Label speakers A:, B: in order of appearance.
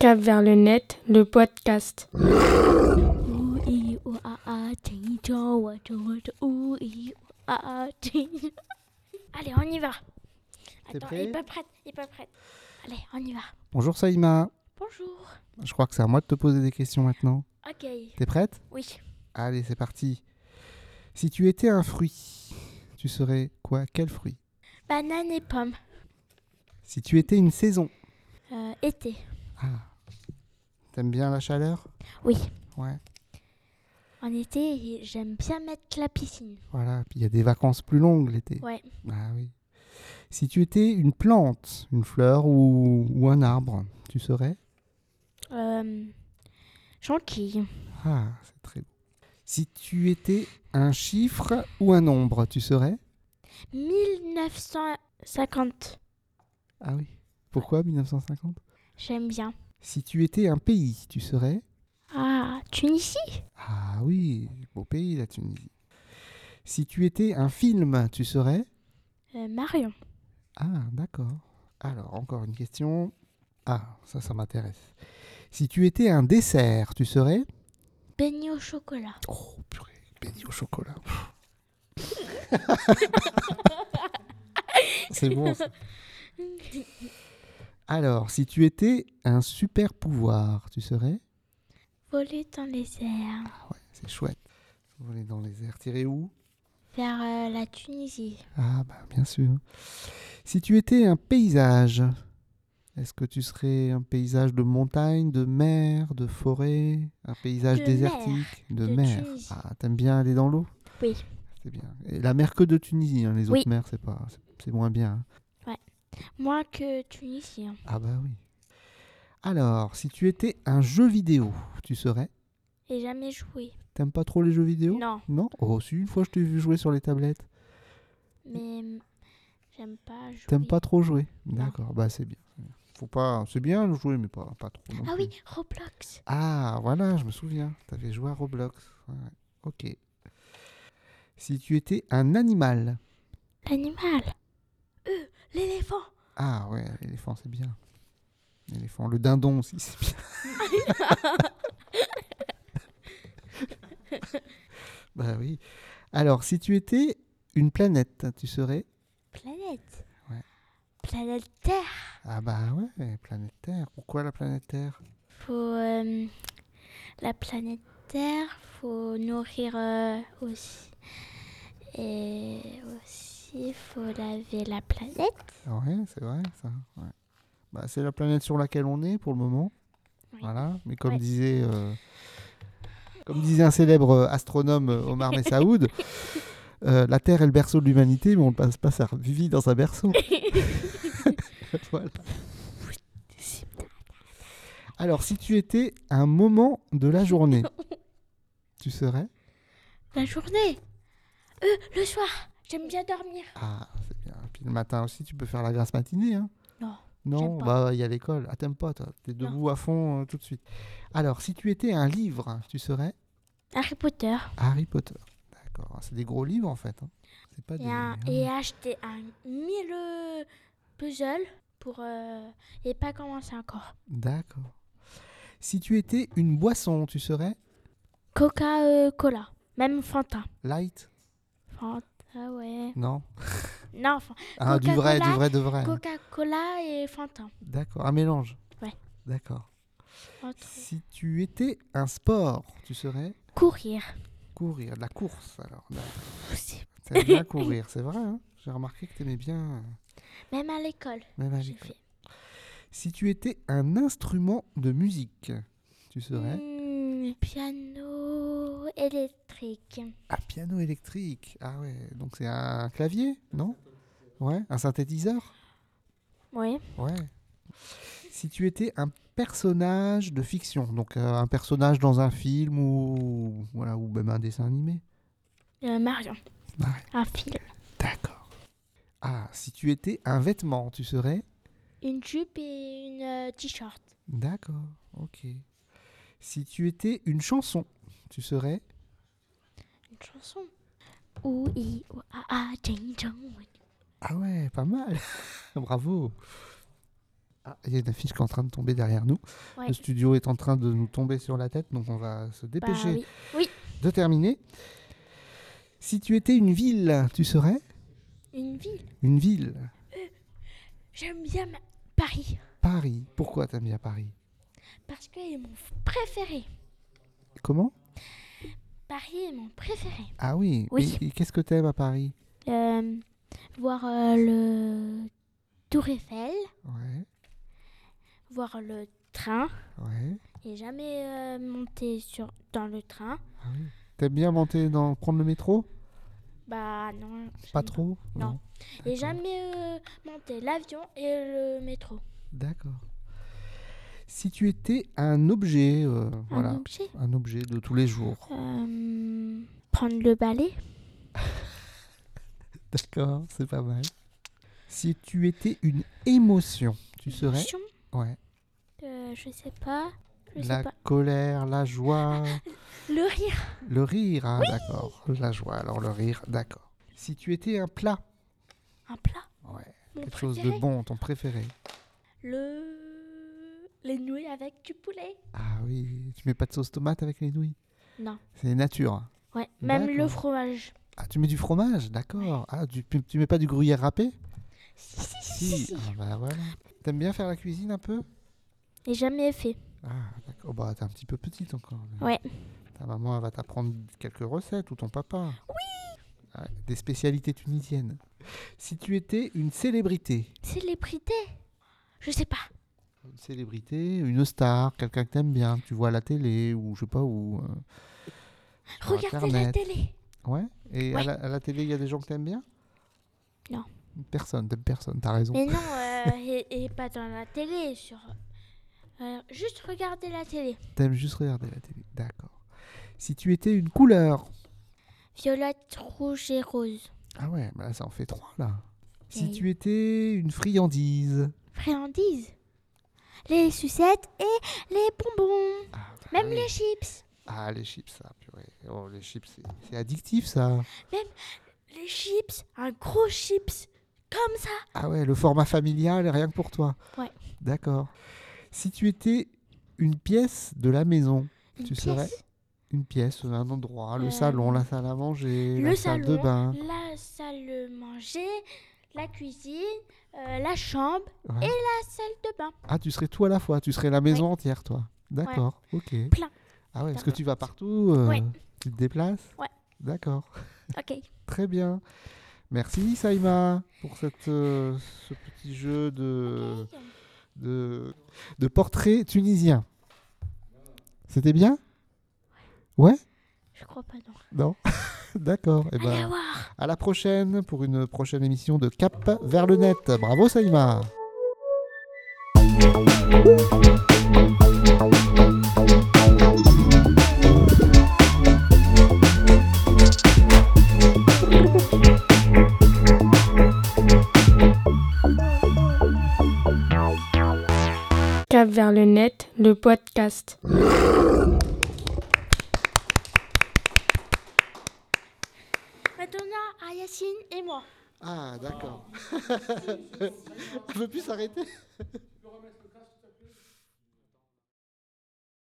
A: Cap vers le net, le podcast.
B: Ooh, ee, ooh, ah, ah, ting, tong, wa, tong, wa, tong, ooh, ee, ooh, ah, ah, ting. Allez, on y va.
C: T'es
B: Attends,
C: prêt
B: il est pas prête, il est pas prête. Allez, on y va.
C: Bonjour Saïma.
B: Bonjour.
C: Je crois que c'est à moi de te poser des questions maintenant.
B: Ok,
C: T'es prête
B: oui.
C: Allez, c'est parti. Si tu étais un fruit, tu serais quoi Quel fruit
B: Banane et pomme.
C: Si tu étais une saison,
B: Euh, été.
C: ah. t'aimes bien la chaleur
B: Oui.
C: Ouais,
B: En été, j'aime bien mettre la piscine.
C: voilà. Puis il y a des vacances plus longues l'été.
B: Ouais.
C: Ah oui. Si tu étais une plante, une fleur ou, ou un arbre, tu serais
B: Euh, gentil.
C: Ah, c'est très beau. Si tu étais un chiffre ou un nombre, tu serais
B: 1950.
C: Ah oui. Pourquoi 1950
B: J'aime bien.
C: Si tu étais un pays, tu serais
B: Ah, Tunisie
C: Ah oui, beau pays la Tunisie. Si tu étais un film, tu serais
B: Euh, Marion.
C: Ah, d'accord. Alors, encore une question. Ah, ça, ça m'intéresse. Si tu étais un dessert, tu serais
B: Beignet au chocolat.
C: Oh, purée, béni au chocolat. C'est bon. ça. Alors, si tu étais un super pouvoir, tu serais
B: Voler dans les airs.
C: Ah ouais, c'est chouette. Voler dans les airs, tirer où
B: Vers euh, la Tunisie.
C: Ah bah bien sûr. Si tu étais un paysage, est-ce que tu serais un paysage de montagne, de mer, de forêt, un paysage
B: De
C: désertique, de,
B: de
C: mer
B: Tunisie.
C: Ah, t'aimes bien aller dans l'eau
B: Oui.
C: C'est bien. Et la mer que de Tunisie, hein, les
B: Oui.
C: autres mers c'est pas, c'est- c'est moins bien. hein.
B: Moins que Tunisien.
C: Ah bah oui. Alors, si tu étais un jeu vidéo, tu serais
B: J'ai jamais joué.
C: T'aimes pas trop les jeux vidéo
B: Non,
C: Non Oh si, une fois je t'ai vu jouer sur les tablettes.
B: mais mm, j'aime pas jouer.
C: T'aimes pas trop jouer D'accord, bah c'est bien. c'est bien. Faut pas, c'est bien de jouer, mais pas, pas trop. non
B: Ah
C: plus.
B: oui, Roblox.
C: Ah, voilà, je me souviens. T'avais joué à Roblox. Ouais, ouais. Ok. Si tu étais un animal.
B: L'animal. Euh, l'éléphant.
C: Ah ouais, l'éléphant, c'est bien. L'éléphant, le dindon aussi, c'est bien. bah oui. Alors, si tu étais une planète, tu serais.
B: Planète.
C: Ouais.
B: Planète Terre.
C: Ah bah ouais, planète Terre. Pourquoi la planète Terre
B: Faut. euh, la planète Terre, faut nourrir euh, aussi. Et aussi, faut laver la planète.
C: Ouais, c'est vrai, ça. ouais. Bah, c'est la planète sur laquelle on est pour le moment.
B: Oui.
C: Voilà. Mais comme
B: Ouais.
C: disait. euh, Comme disait un célèbre euh, astronome euh, Omar Messaoud, euh, la Terre est le berceau de l'humanité, mais on ne passe pas sa vie dans un berceau. Voilà. Alors, si tu étais un moment de la journée, tu serais
B: La journée. Euh, le soir. J'aime bien dormir.
C: Ah, c'est bien. Puis le matin aussi, tu peux faire la grasse matinée. Hein.
B: Non,
C: Non,
B: j'aime pas.
C: bah il y a l'école. Ah, t'aimes pas, toi. T'es
B: Non.
C: debout à fond euh, tout de suite. Alors, si tu étais un livre, tu serais
B: Harry Potter.
C: Harry Potter. D'accord. hein, C'est des gros livres, en fait. hein. C'est pas des...
B: Et, un-
C: hein.
B: et acheter un mille puzzle pour. euh, et pas commencer encore.
C: D'accord. Si tu étais une boisson, tu serais
B: Coca-Cola. Même Fanta.
C: light
B: Fanta, ouais.
C: Non.
B: Non, Fan-
C: Ah, du vrai, du
B: Coca-Cola,
C: vrai, de vrai. hein.
B: Coca-Cola et Fanta.
C: D'accord. Un mélange.
B: Ouais.
C: D'accord.
B: Entre-
C: Si tu étais un sport, tu serais
B: Courir.
C: courir, de la course. Alors, D'accord.
B: Aussi.
C: t'aimes bien courir, c'est vrai. hein. J'ai remarqué que t'aimais bien. euh,
B: Même à l'école.
C: Même
B: j'ai
C: âge.
B: fait.
C: Si tu étais un instrument de musique, tu serais
B: Hmm, piano électrique.
C: un piano électrique. Ah ouais, donc c'est un clavier, non Ouais, un synthétiseur
B: Oui.
C: Ouais. Si tu étais un personnage de fiction, donc euh, un personnage dans un film ou voilà ou même un dessin animé.
B: Euh, Marion.
C: Marion.
B: Un fil.
C: D'accord. Ah, si tu étais un vêtement, tu serais
B: Une jupe et une euh, t-shirt.
C: D'accord, ok. Si tu étais une chanson, tu serais
B: Une chanson. Ou i ou a a ting tong.
C: Ah ouais, pas mal. Bravo. Ah, il y a une affiche qui est en train de tomber derrière nous.
B: Ouais.
C: Le studio est en train de nous tomber sur la tête, donc on va se
B: Bah
C: dépêcher
B: oui.
C: de terminer. Si tu étais une ville, tu serais
B: Une ville.
C: Une ville.
B: J'aime bien ma- Paris
C: Paris. Pourquoi t'aimes bien Paris
B: parce que est mon f- préféré.
C: Comment
B: Paris est mon préféré.
C: Ah oui.
B: Oui.
C: Et, et qu'est-ce que t'aimes à Paris
B: Euh, voir euh, le Tour Eiffel,
C: Ouais,
B: voir le train.
C: ouais.
B: J'ai jamais euh, monté sur dans le train.
C: Ah oui. T'aimes bien monter dans prendre le métro
B: Bah non.
C: Pas trop
B: Non. J'ai jamais euh, monté l'avion et le métro.
C: D'accord. Si tu étais un objet, euh, voilà,
B: Un objet.
C: un objet de tous les jours.
B: Euh, prendre le balai.
C: D'accord, c'est pas mal. Si tu étais une émotion, tu serais
B: Chou.
C: ouais,
B: Euh, je sais pas. Je
C: la
B: sais pas.
C: colère, la joie,
B: Le rire.
C: le rire, ah, d'accord, la joie, alors le rire, d'accord. Si tu étais un plat,
B: Un plat.
C: ouais,
B: Mon
C: quelque chose de
B: préféré.
C: bon, ton préféré.
B: Le. Les nouilles avec du poulet.
C: Ah oui, tu mets pas de sauce tomate avec les nouilles
B: Non.
C: C'est nature. hein.
B: Ouais. Même le
C: D'accord.
B: fromage.
C: Ah, tu mets du fromage, d'accord. Ah, tu, tu mets pas du gruyère râpé
B: Si, si, si,
C: Si.
B: si.
C: Ah bah voilà. T'aimes bien faire la cuisine un peu
B: J'ai jamais fait.
C: Ah, d'accord. Bah, t'es un petit peu petite encore. mais
B: Ouais.
C: Ta maman, elle va t'apprendre quelques recettes ou ton papa. Oui Des spécialités tunisiennes. Si tu étais une célébrité,
B: Célébrité Je sais pas.
C: une célébrité, une star, quelqu'un que t'aimes bien, que tu vois à la télé ou je sais pas où. euh, Sur
B: Regardez la
C: Internet.
B: télé.
C: Ouais Et À,
B: Ouais.
C: la, à la télé, il y a des gens que t'aimes bien
B: Non.
C: Personne, t'aimes personne, t'as raison.
B: Mais non, euh, et, et pas dans la télé, sur. euh, juste regarder la télé.
C: T'aimes juste regarder la télé, d'accord. Si tu étais une couleur.
B: Violette, rouge et rose.
C: Ah ouais, bah là, ça en fait trois, là. Si
B: Oui.
C: tu étais une friandise.
B: Friandises. Les sucettes et les bonbons.
C: Ah, bah
B: Même
C: oui.
B: les chips.
C: Ah, les chips, ça, purée. Oh, les chips, c'est- c'est addictif, ça.
B: Les chips, un gros chips. Comme ça.
C: Ah ouais, le format familial, rien que pour toi.
B: Ouais.
C: D'accord. Si tu étais une pièce de la maison,
B: Une
C: tu
B: pièce.
C: serais une pièce, un endroit, le
B: Euh,
C: salon, la salle à manger,
B: le
C: la salle de
B: salon,
C: bain.
B: La salle à manger, la cuisine, euh, la chambre,
C: Ouais.
B: la salle de bain.
C: Ah, tu serais tout à la fois, tu serais la maison entière, toi. D'accord, ok.
B: Plein.
C: Ah
B: Plein,
C: ouais, parce que tu vas partout, euh,
B: Ouais.
C: tu te déplaces.
B: Ouais.
C: D'accord.
B: Ok.
C: Très bien. Merci Saïma pour cette, euh, ce petit jeu de,
B: Ok.
C: de, de portrait tunisien. C'était bien Ouais
B: Je crois pas, non.
C: Non D'accord. Eh
B: Allez
C: ben,
B: voir.
C: à la prochaine pour une prochaine émission de Cap vers le net. Bravo Saïma
A: Cap vers le net, le podcast.
B: Maintenant, à Yacine et moi.
C: Ah, d'accord. On ne peut plus s'arrêter